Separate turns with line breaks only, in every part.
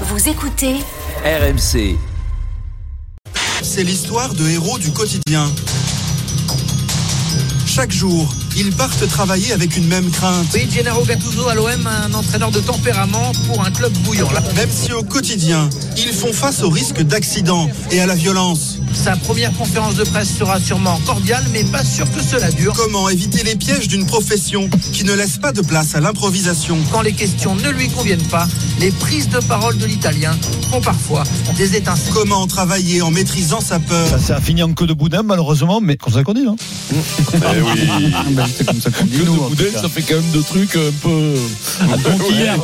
Vous écoutez
RMC,
C'est l'histoire de héros du quotidien. Chaque jour, ils partent travailler avec une même crainte,
Oui, Gennaro Gattuso à l'OM, un entraîneur de tempérament pour un club bouillant. Là,
même si au quotidien, ils font face au risque d'accident et à la violence.
sa première conférence de presse sera sûrement cordiale, mais pas sûr que cela dure.
Comment éviter les pièges d'une profession qui ne laisse pas de place à l'improvisation
Quand les questions ne lui conviennent pas, les prises de parole de l'Italien font parfois des étincelles.
Comment travailler en maîtrisant sa peur
Ça, ça a fini en queue de boudin, malheureusement, mais comme ça qu'on dit, hein. non Eh
Ah, bah,
oui. C'est comme ça qu'on dit,
Gueule de
nous, en
boudin,
tout cas.
ça fait quand même deux trucs euh, un peu.
Hier,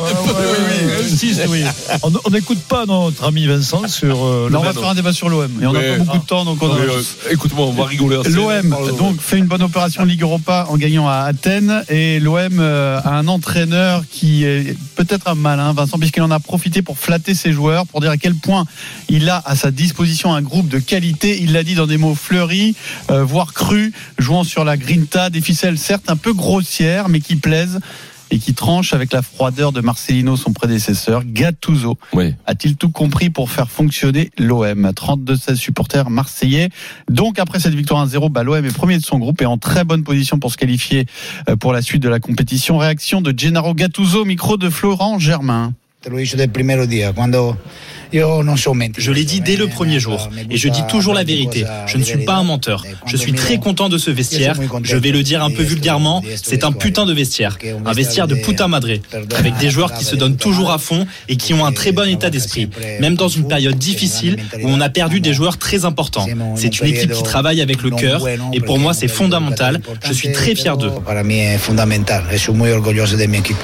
le 6, oui. On on n'écoute pas notre ami Vincent sur euh,
Non, on
le
va
Mano.
faire un débat sur l'OM. Et on
Ouais.
a pas beaucoup de temps,
Ah,
donc on a-
Mais, euh, Écoute-moi, on va rigoler. assez. On
L'OM
parle-
donc fait une bonne opération Ligue Europa en gagnant à Athènes et l'OM euh, a un entraîneur qui est peut-être un malin Vincent puisqu'il en a profité pour flatter ses joueurs pour dire à quel point il a à sa disposition un groupe de qualité il l'a dit dans des mots fleuris euh, voire crus jouant sur la grinta des ficelles certes un peu grossières mais qui plaisent et qui tranchent avec la froideur de Marcelino son prédécesseur Gattuso
Ouais.
a-t-il tout compris pour faire fonctionner l'OM 32-16 supporters marseillais. Donc après cette victoire 1-0, bah, l'OM est premier de son groupe et en très bonne position pour se qualifier euh, pour la suite de la compétition. Réaction de Gennaro Gattuso, micro de Florent Germain.
Te lo dice del primero día, cuando yo non so mentir.
Je l'ai dit dès le premier jour, et je dis toujours la vérité. Je ne suis pas un menteur. Je suis très content de ce vestiaire. Je vais le dire un peu vulgairement, c'est un putain de vestiaire. Un vestiaire de putain madré. Avec des joueurs qui se donnent toujours à fond et qui ont un très bon état d'esprit. Même dans une période difficile où on a perdu des joueurs très importants. C'est une équipe qui travaille avec le cœur, et pour moi c'est fondamental. Je suis très fier d'eux.
Para mí es fundamental. Je suis muy orgulloso de mi equipo.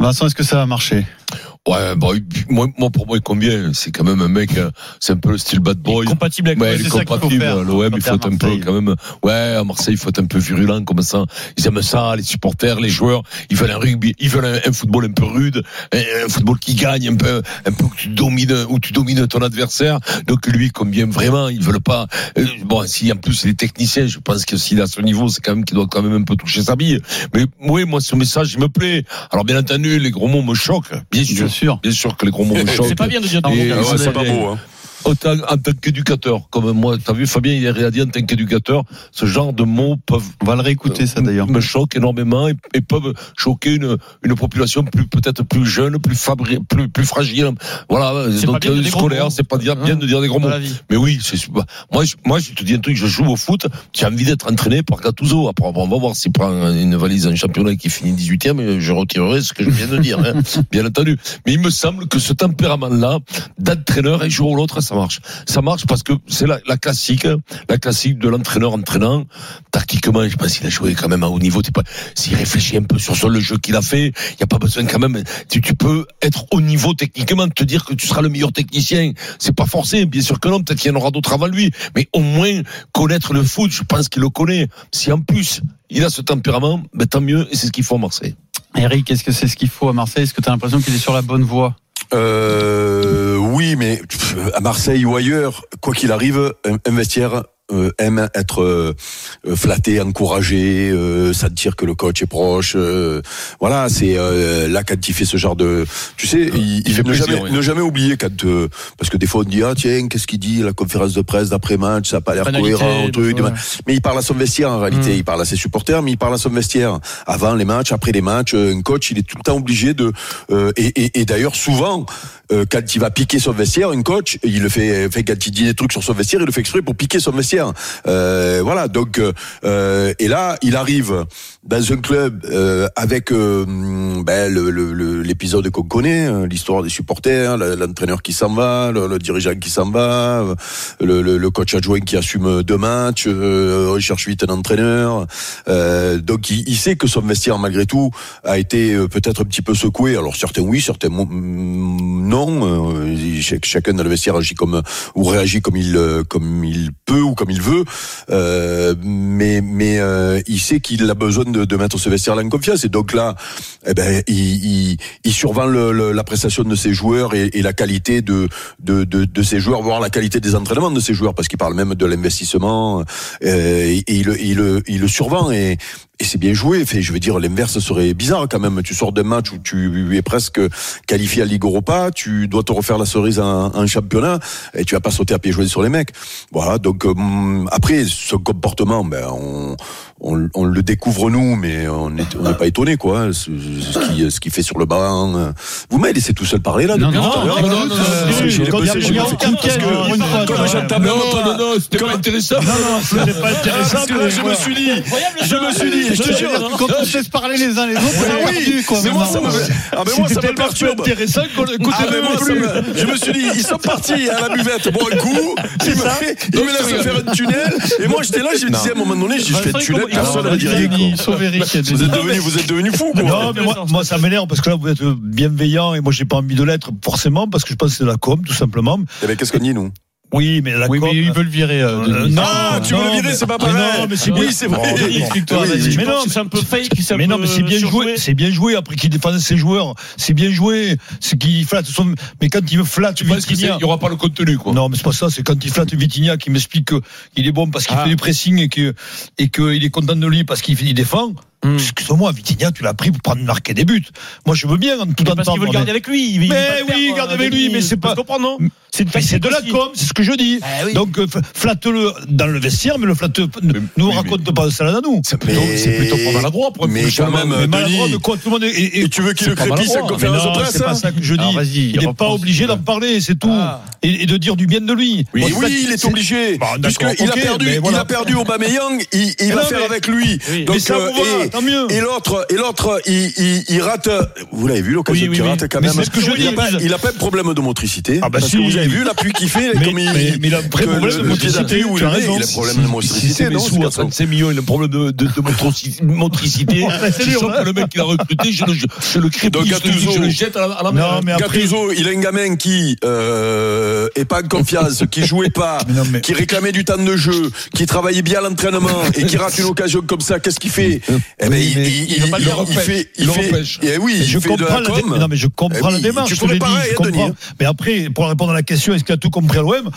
Vincent, est-ce que ça va marcher
Ouais, bah, et puis, moi, moi, pour moi, il combien C'est quand même un mec, euh, c'est un peu le style bad boy.
Compatible avec
Ouais,
l'OM,
il est
c'est ça qu'il faut
compatible.
faire
L'OM,
quand
il
t'es
faut
à
être un peu
Marseille.
quand même. Ouais, à Marseille, il faut être un peu virulent comme ça. Ils aiment ça, les supporters, les joueurs. Ils veulent un rugby, ils veulent un, un football un peu rude, un, un football qui gagne, un peu, un peu où tu domines, où tu domines ton adversaire. Donc lui, combien vraiment, ils veulent pas. euh, Bon, si en plus il est technicien, je pense que s'il est à ce niveau, c'est quand même qu'il doit quand même un peu toucher sa bille. Mais oui, moi, ce message, il me plaît. Alors bien entendu, les gros mots me choquent, bien sûr.
Bien sûr.
Bien sûr que les gros mots me choquent.
pas bien de dire
Ah,
Et,
non,
euh,
c'est
c'est
pas
bien. Autant en tant qu'éducateur, comme moi, t'as vu, Fabien, il est réagi en tant qu'éducateur. Ce genre de mots peuvent
On va le réécouter ça d'ailleurs.
me choquent énormément et, et peuvent choquer une, une population plus peut-être plus jeune, plus, fabri- plus plus fragile. Voilà,
C'est pas
donc
bien de
euh,
dire des gros
scolaire,
mots.
c'est pas dire- bien
Hein,
de dire des gros
dans
mots.
la vie.
Mais oui, c'est- bah, moi, je, moi, je te dis un truc, je joue au foot, j'ai envie d'être entraîné par Gattuso. Après, on va voir s'il prend une valise en championnat qui finit 18e, euh, je retirerai ce que je viens de dire, hein, bien entendu. Mais il me semble que ce tempérament-là, d'entraîneur, un jour ou l'autre, ça marche. Ça marche parce que c'est la, la classique, hein, la classique de l'entraîneur entraînant. Tactiquement, je pense qu'il a joué quand même à haut niveau. T'es pas, s'il réfléchit un peu sur son- le jeu qu'il a fait, il n'y a pas besoin quand même, tu, tu peux être au niveau techniquement, te dire que tu seras le meilleur technicien. C'est pas forcé, bien sûr que non, peut-être qu'il y en aura d'autres avant lui, mais au moins connaître le foot, je pense qu'il le connaît. Si en plus il a ce tempérament, ben tant mieux, et c'est ce qu'il faut à Marseille.
Eric, est-ce que c'est ce qu'il faut à Marseille Est-ce que tu as l'impression qu'il est sur la bonne voie
Euh, oui, mais pff, à Marseille ou ailleurs, quoi qu'il arrive, un, un vestiaire euh, aime être euh, euh, flatté, encouragé, euh, sentir que le coach est proche. euh, voilà, c'est euh, là quand il fait ce genre de, tu sais, il,
il fait
ne,
plaisir,
jamais,
oui.
ne jamais oublier quand euh, parce que des fois on dit ah tiens qu'est-ce qu'il dit la conférence de presse d'après match ça a pas l'air
Banalité,
cohérent
des
truc,
fois,
bah,
des- mais il parle à son vestiaire en réalité, il parle à ses supporters, mais il parle à son vestiaire avant les matchs, après les matchs. euh, Un coach, il est tout le temps obligé de euh, et, et- et d'ailleurs souvent euh, quand il va piquer son vestiaire, un coach, il le fait, fait quand il dit des trucs sur son vestiaire, il le fait exprès pour piquer son vestiaire. Euh, voilà, donc euh, euh, et là il arrive dans un club euh, avec euh, ben, le- le- le- l'épisode qu'on connaît, euh, l'histoire des supporters, la- l'entraîneur qui s'en va, le, le dirigeant qui s'en va, euh, le, le- le coach adjoint qui assume deux matchs, euh, on cherche vite un entraîneur. Euh, donc il, il sait que son vestiaire malgré tout a été euh, peut-être un petit peu secoué. Alors certains oui, certains mo- mm, non. Euh, il- chaque- chacun dans le vestiaire agit comme ou réagit comme il euh, comme il peut ou comme il veut. Euh, mais mais euh, il sait qu'il a besoin de, de mettre ce vestiaire là en confiance. Et donc là, eh ben il, il, il survend le- le- la prestation de ses joueurs et, et la qualité de de, de, de ces joueurs, voire la qualité des entraînements de ces joueurs, parce qu'il parle même de l'investissement euh, et, et il, le- il, le- il le survend et et c'est bien joué. Fait, je veux dire, l'inverse serait bizarre quand même. Tu sors d'un match où tu es presque qualifié à Ligue Europa, tu dois te refaire la cerise en, en championnat et tu vas pas sauter à pieds joints sur les mecs. Voilà. Donc euh, après, ce comportement, ben on, on, on le découvre nous, mais on n'est on est pas étonné quoi. Ce, ce qui- ce qu'il fait sur le banc. euh. Vous m'avez laissé tout seul parler là.
Non,
Ah,
depuis
non,
tout à l'heure.
non, non, non,
J'ai- j'ai-
Quand il y a-
j'ai-
il y a
j'ai-
aucun
parce que-
cadre, une fois,
comme
quand
j'entends même pas le nom,
c'était pas intéressant.
C'est pas intéressant.
Ah, parce que là, je me suis dit, je me suis dit, je te jure,
Quand on se laisse parler les uns les autres,
Ah
on est
oui,
perdu, quoi,
c'est moi, ça me,
maintenant.
ah, mais moi, ça me perturbe.
intéressant qu'on l'écoute
Ah, mais
même
moi, ça
plus.
me- je me suis dit, ils sont partis à la buvette, bon, un coup, ils me, ils me laissent faire un tunnel, et moi, j'étais là, je me disais, à un moment donné, je
Bah,
fais un tunnel, personne n'a dit rien, quoi.
Sauveri,
Bah,
Sauveri qui a dit-
Vous êtes devenus, vous êtes devenus fous,
Non,
quoi.
mais moi, moi, ça m'énerve parce que là, vous êtes bienveillant et moi, j'ai pas envie de l'être, forcément, parce que je pense que c'est de la com, tout simplement.
Eh ben, qu'est-ce qu'on dit, nous?
Oui, mais la
Oui,
com.
mais ils veulent virer. euh,
Euh,
Denis.
non,
Ah, tu veux le virer, c'est pas pareil.
Non, mais c'est
Oui, c'est vrai.
Explique-toi,
Oui,
vas-y.
je
Mais non,
c'est un peu fake. c'est un
mais non,
peu
mais c'est bien
surjoué.
joué. C'est bien joué après qu'il défende ses joueurs. C'est bien joué. C'est qu'il flatte. son- Mais quand il flatte
Tu penses qu'il
Vitinha.
n'y aura pas le contenu, quoi.
Non, mais c'est pas ça. C'est quand il flatte Vitinha qui m'explique que qu'il est bon parce qu'il fait du pressing et que et qu'il est content de lui parce qu'il il défend. Excuse-moi, Vitinha, tu l'as pris pour prendre marquer des buts. Moi, je veux bien en tout
Parce
entendre.
qu'il veut le
mais-
garder avec lui. il- il
Mais
veut pas le
oui,
perdre,
garde
euh,
avec lui, hein. mais c'est
tu peux
pas-
comprendre, non C'est une
Mais c'est de la
aussi.
com, c'est ce que je dis.
Eh oui.
Donc euh, f- flatte-le dans le vestiaire, mais le flatte ne nous
oui,
raconte pas ça à nous.
Mais-
Donc, C'est plutôt pas maladroit, pour un
Mais
prochain
quand
match.
même,
Mais maladroit
Denis.
de quoi tout le monde est- est- est-
Et tu veux qu'il le
C'est pas
crépisse en
maladroit.
conférence
Mais non,
de presse,
C'est pas
hein
ça que je
Alors,
dis.
vas-y,
Il n'est
reprends,
pas obligé
s'il te
d'en
plaît.
parler, c'est tout.
Ah.
Et, et de dire du bien de lui.
Oui,
Moi, je
oui, il est obligé.
Bon, Bah, d'accord,
puisque il a
ok,
perdu,
mais
il
voilà.
a perdu Aubameyang, il, il
Mais
va
non,
faire
mais-
avec lui.
Oui.
Donc
Mais ça,
euh,
vous voilà,
et-
tant mieux.
et l'autre, et l'autre, il, il, il rate. Vous l'avez vu l'occasion
Oui, oui,
qu'il
oui.
rate quand
Mais
même.
c'est ce que je
il, a
dis.
pas, il a pas de problème de motricité.
Ah bah
parce
si.
que vous avez vu l'appui qu'il fait,
Mais-
comme il.
mais- mais il a un vrai
que
problème
le-
de
le pied
motricité,
d'appui où
tu
il
as
est,
raison.
Il a problème de
Si
motricité,
c'est
non,
mes
ce
sous à
garçon
35 millions, il a un problème de, de, de motrici- motricité.
c'est
Je
dur,
sens
hein.
que le mec qui l'a recruté, je le, je, je le crépille,
Donc,
je, le-
Gattuso.
je le jette à la, à la mer.
Non, mais après.
Gattuso, Ah, il a un gamin qui euh, est pas en confiance, qui jouait pas,
Mais non, mais-
qui réclamait du temps de jeu, qui travaillait bien à l'entraînement et qui rate une occasion comme ça. Qu'est-ce qu'il fait Eh ben,
Oui,
il,
mais-
il-
il va
il-
pas le
il
repêche.
fait,
Il
il
le
fait,
repêche.
eh oui, il
je
fait de
comprends
la
la, dé-
com.
mais non, mais je
Eh
comprends
oui,
la démarche.
tu
je te
ferais
l'ai dit,
pareil,
je
hein, Denis,
comprends.
hein.
Mais après, pour répondre à la question, est-ce qu'il a tout compris à l'OM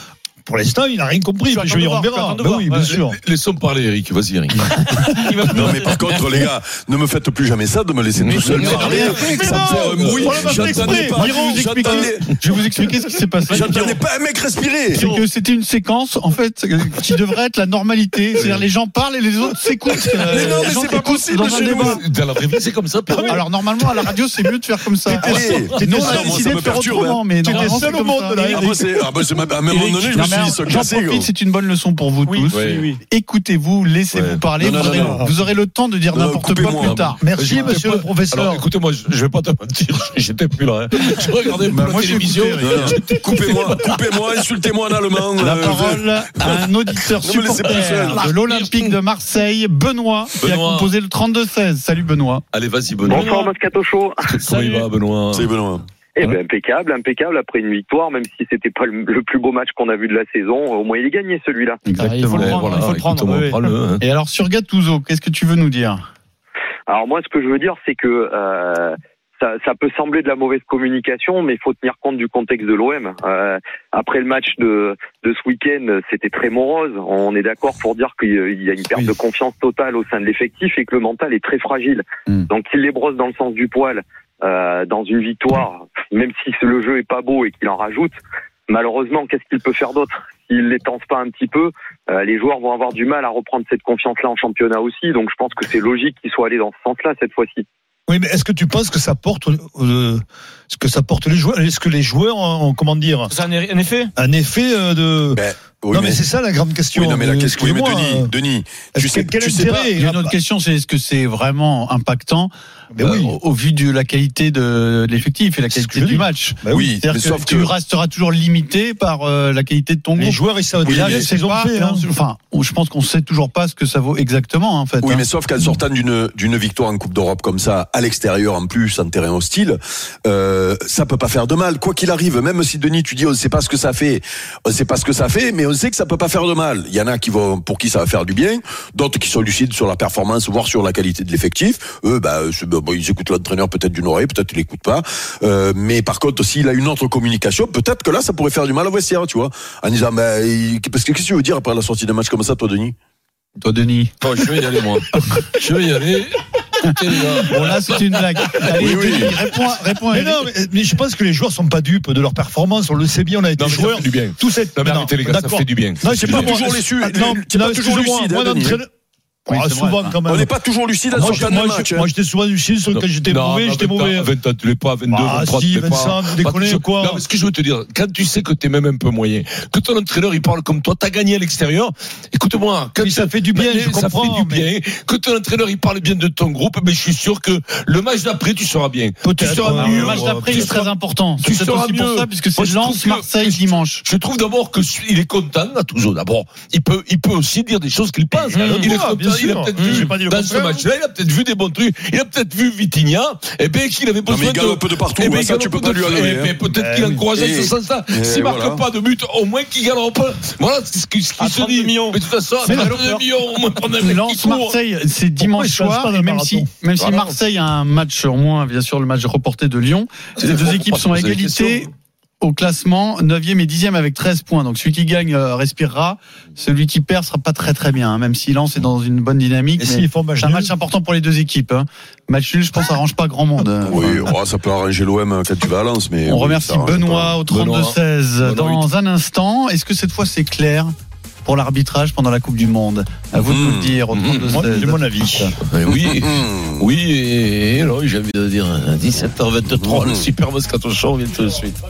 Pour l'instant, il n'a rien compris.
Tu attends
Puis je veux
de
dire, on
voir, tu
verra.
attends de
Ben
voir,
oui, bien
ouais.
sûr.
Laissons parler, Eric. Vas-y, Eric.
Ah
Il va-
Non mais par contre les gars, ne me faites plus jamais ça de me laisser tout seul parler. Ça me fait un bruit.
on l'a pas fait
J'entendais
exprès.
pas.
Miron, vous expliquez-
j'entendais-
Je vais vous expliquer ce qui s'est passé.
J'entendais pas un mec respirer.
euh,
C'est que c'était une séquence, en fait, qui devrait être la normalité. C'est-à-dire, les gens parlent et les autres s'écoutent. euh,
Mais non, mais
les gens
c'est pas
s'écoutent
possible,
dans un
chez
débat.
Dans la vraie vie, c'est comme ça.
Ah
Pierrot.
Alors, normalement, à la radio, c'est mieux de faire comme ça.
Allez,
Nous, on
Ah,
a
moi, ça
décidé
me
de faire
perturbe,
autrement, mais
T'étais
normalement,
seul
c'est
au
comme
monde,
ça.
là,
Ah, moi, c'est- ah, bah, c'est ma- à un moment
Eric,
Non,
donné, je me suis
mais
dit, ils sont
J'en
cassés, gros.
profite, c'est une bonne leçon pour vous
Oui,
tous.
oui, oui.
Écoutez-vous, laissez-vous parler.
Non, non,
vous, aurez,
non, non.
vous aurez le temps de dire
Non,
n'importe quoi
coupez-moi.
plus tard.
Merci, monsieur le
Alors,
professeur.
écoutez-moi, je, je vais pas te mentir, j'étais plus là. hein. Je regardais
Bah,
la
moi, j'ai
télévision.
écouté,
Non, non. Coupez-moi, coupez-moi, insultez-moi en allemand.
La
euh,
parole à un auditeur
Ne me laissez pas
supporter
seul.
de l'Olympique de Marseille, Benoît, qui a
Benoît.
composé le 32-16. Salut
Eh,
Benoît.
Allez, vas-y, Benoît.
Bonsoir Moscato Show.
Comment il va, Benoît
C'est hein. Benoît.
Eh ben impeccable, impeccable après une victoire, même si c'était pas le le plus beau match qu'on a vu de la saison, au moins il est gagné celui-là.
Ah, il faut le
Ouais,
prendre,
voilà,
il faut le prendre,
écoute, on
oui.
prend le, hein.
Et alors sur Gattuso, qu'est-ce que tu veux nous dire
Alors moi ce que je veux dire c'est que euh, ça, ça peut sembler de la mauvaise communication, mais il faut tenir compte du contexte de l'OM. Euh, après le match de, de ce week-end, c'était très morose. On est d'accord pour dire qu'il y a une perte
Oui.
de confiance totale au sein de l'effectif et que le mental est très fragile.
Mm.
Donc il les brosse dans le sens du poil, euh, dans une victoire, même si le jeu est pas beau et qu'il en rajoute. Malheureusement, qu'est-ce qu'il peut faire d'autre S'il les tense pas un petit peu, euh, les joueurs vont avoir du mal à reprendre cette confiance-là en championnat aussi. Donc je pense que c'est logique qu'il soit allé dans ce sens-là cette fois-ci.
Oui, mais est-ce que tu penses que ça porte, euh, ce que ça porte les joueurs Est-ce que les joueurs ont, comment dire,
C'est un un effet
un effet euh, de
Ben, oui,
Non, mais,
mais-
c'est ça la grande question.
Oui, non, mais la
Euh,
question, oui, mais
excusez-moi,
Denis,
euh,
Denis,
est-ce
tu sais,
que- quel
tu sais
intérêt
pas.
Et
Il y a une
là-
autre question, c'est est-ce que c'est vraiment impactant
Mais
Ben
euh,
oui.
au, au vu de la qualité de l'effectif et la
C'est ce que
qualité
je
du
dis.
match
Bah
oui, mais
C'est-à-dire
sauf
que tu
que-
resteras toujours limité par euh, la qualité de ton
Les
groupe.
joueurs, ils savent
Et
déjà
là, je
ce
sais
qu'ils ont
pas,
fait.
non,
hein.
enfin, on- je pense qu'on sait toujours pas ce que ça vaut exactement en fait.
Oui,
hein.
mais sauf qu'en sortant d'une d'une victoire en Coupe d'Europe comme ça, à l'extérieur en plus, en terrain hostile, euh, ça peut pas faire de mal, quoi qu'il arrive. Même si Denis, tu dis, on sait pas ce que ça fait, on sait pas ce que ça fait, mais on sait que ça peut pas faire de mal. Il y en a qui vont pour qui ça va faire du bien, d'autres qui sont lucides sur la performance, voire sur la qualité de l'effectif. Eux, bah, c'est- bah, bon, ils écoutent l'entraîneur peut-être d'une oreille, peut-être ils l'écoutent pas. Euh, mais par contre, s'il a une autre communication, peut-être que là, ça pourrait faire du mal au vestiaire, tu vois, en disant, bah, il- parce que qu'est-ce que tu veux dire après la sortie d'un match comme ça, toi, Denis
Toi, Denis.
Bon, je vais y aller, moi. Je vais y aller. Écoutez, les gars.
Bon, là, c'est une blague.
Oui,
Allez,
oui.
Denis, réponds, réponds à
Mais
Eric.
non, mais, mais je pense que les joueurs sont pas dupes de leur performance. On le sait bien, on a été
Non, mais ça
joueurs.
fait du bien.
Tout cette.
Non, mais
Non,
arrêtez, les gars, ça
d'accord.
fait du bien.
Non, c'est
Ça
pas
fait du
moi.
toujours les su-
Non,
t'es pas
non,
toujours
excusez-moi,
lucide,
moi,
hein, Denis.
d'entraîneur-
Oui,
Ah,
c'est vrai,
souvent
hein.
quand même.
On n'est pas toujours lucide
Moi,
sur
je-
le
moi,
match.
je-
hein.
moi, j'étais souvent lucide, sauf
Non.
que j'étais
Non,
mauvais,
non,
j'étais
20,
mauvais.
20 ans, tu l'es pas, 22,
Ah,
23,
si,
tu l'es pas.
25, vous déconnez
Parce que-
ou quoi
Non, mais ce que je veux te dire, quand tu sais que t'es même un peu moyen, que ton entraîneur, il parle comme toi, t'as gagné à l'extérieur, écoute-moi, quand
Mais ça fait du bien, je
ça
comprends,
fait du bien, que ton entraîneur, il parle bien de ton groupe, mais je suis sûr que le match d'après, tu seras bien. Tu
Peut-être.
seras
Alors,
mieux.
Le match d'après, il est très important.
tu
C'est peut-être
seras
aussi pour
mieux.
ça, puisque
Moi,
c'est
je trouve que-
Lens-Marseille dimanche.
Je trouve d'abord que su- il est content à Touzo. D'abord, il peut, il peut aussi dire des choses qu'il pense.
Mmh.
il est
Ouais,
content.
bien
il a
sûr.
peut-être
Mmh. J'ai
vu
pas dit le
dans ce
contraire.
match-là, il a peut-être vu des bons trucs. Il a peut-être vu Vitinha. Et bien qu'il avait
mais
besoin
il galope de partout,
Eh ben,
hein,
il
ça, tu
galope
peux pas
de-
lui enlever,
eh
hein.
ben, peut-être
Eh
qu'il
oui.
encourageait
Eh,
ce sens-là.
eh,
S'il marque
voilà.
pas de but, au moins qu'il galope. Voilà, c'est ce qui, ce qui
À
se
32
dit.
millions.
Mais de toute façon, à
C'est la
32
peur.
millions, au moins prendre un mec qui court.
Lens-Marseille, c'est dimanche
Pourquoi ils passent
soir.
pas
et
dans le
même
marathon
si, même si
Voilà.
Marseille a un match en moins, bien sûr, le match reporté de Lyon,
Ah, C'est
les deux
pourquoi
équipes
pas
sont à
poser la
égalité
question.
au classement, 9e et 10e avec 13 points. Donc celui qui gagne euh, respirera. Celui qui perd sera pas très très bien, hein, même si Lens est dans une bonne dynamique.
Et
mais
s'ils font match
C'est un
nul
match important pour les deux équipes. hein. Match nul, je pense, arrange pas grand monde.
Ah,
hein.
Oui, oh, ça peut arranger l'OM quand tu vas à Lens, mais
On
oui,
remercie
ça arrange
Benoît
pas.
au
Benoît.
32-16
Benoît
dans un instant. Est-ce que cette fois c'est clair pour l'arbitrage pendant la Coupe du Monde À vous de nous le dire au
Mmh.
32-16.
Moi, j'ai mon avis.
Eh Oui,
Hmm.
oui, et, et là, j'ai envie de dire, à 17h23, le super Moscato Show vient tout de suite.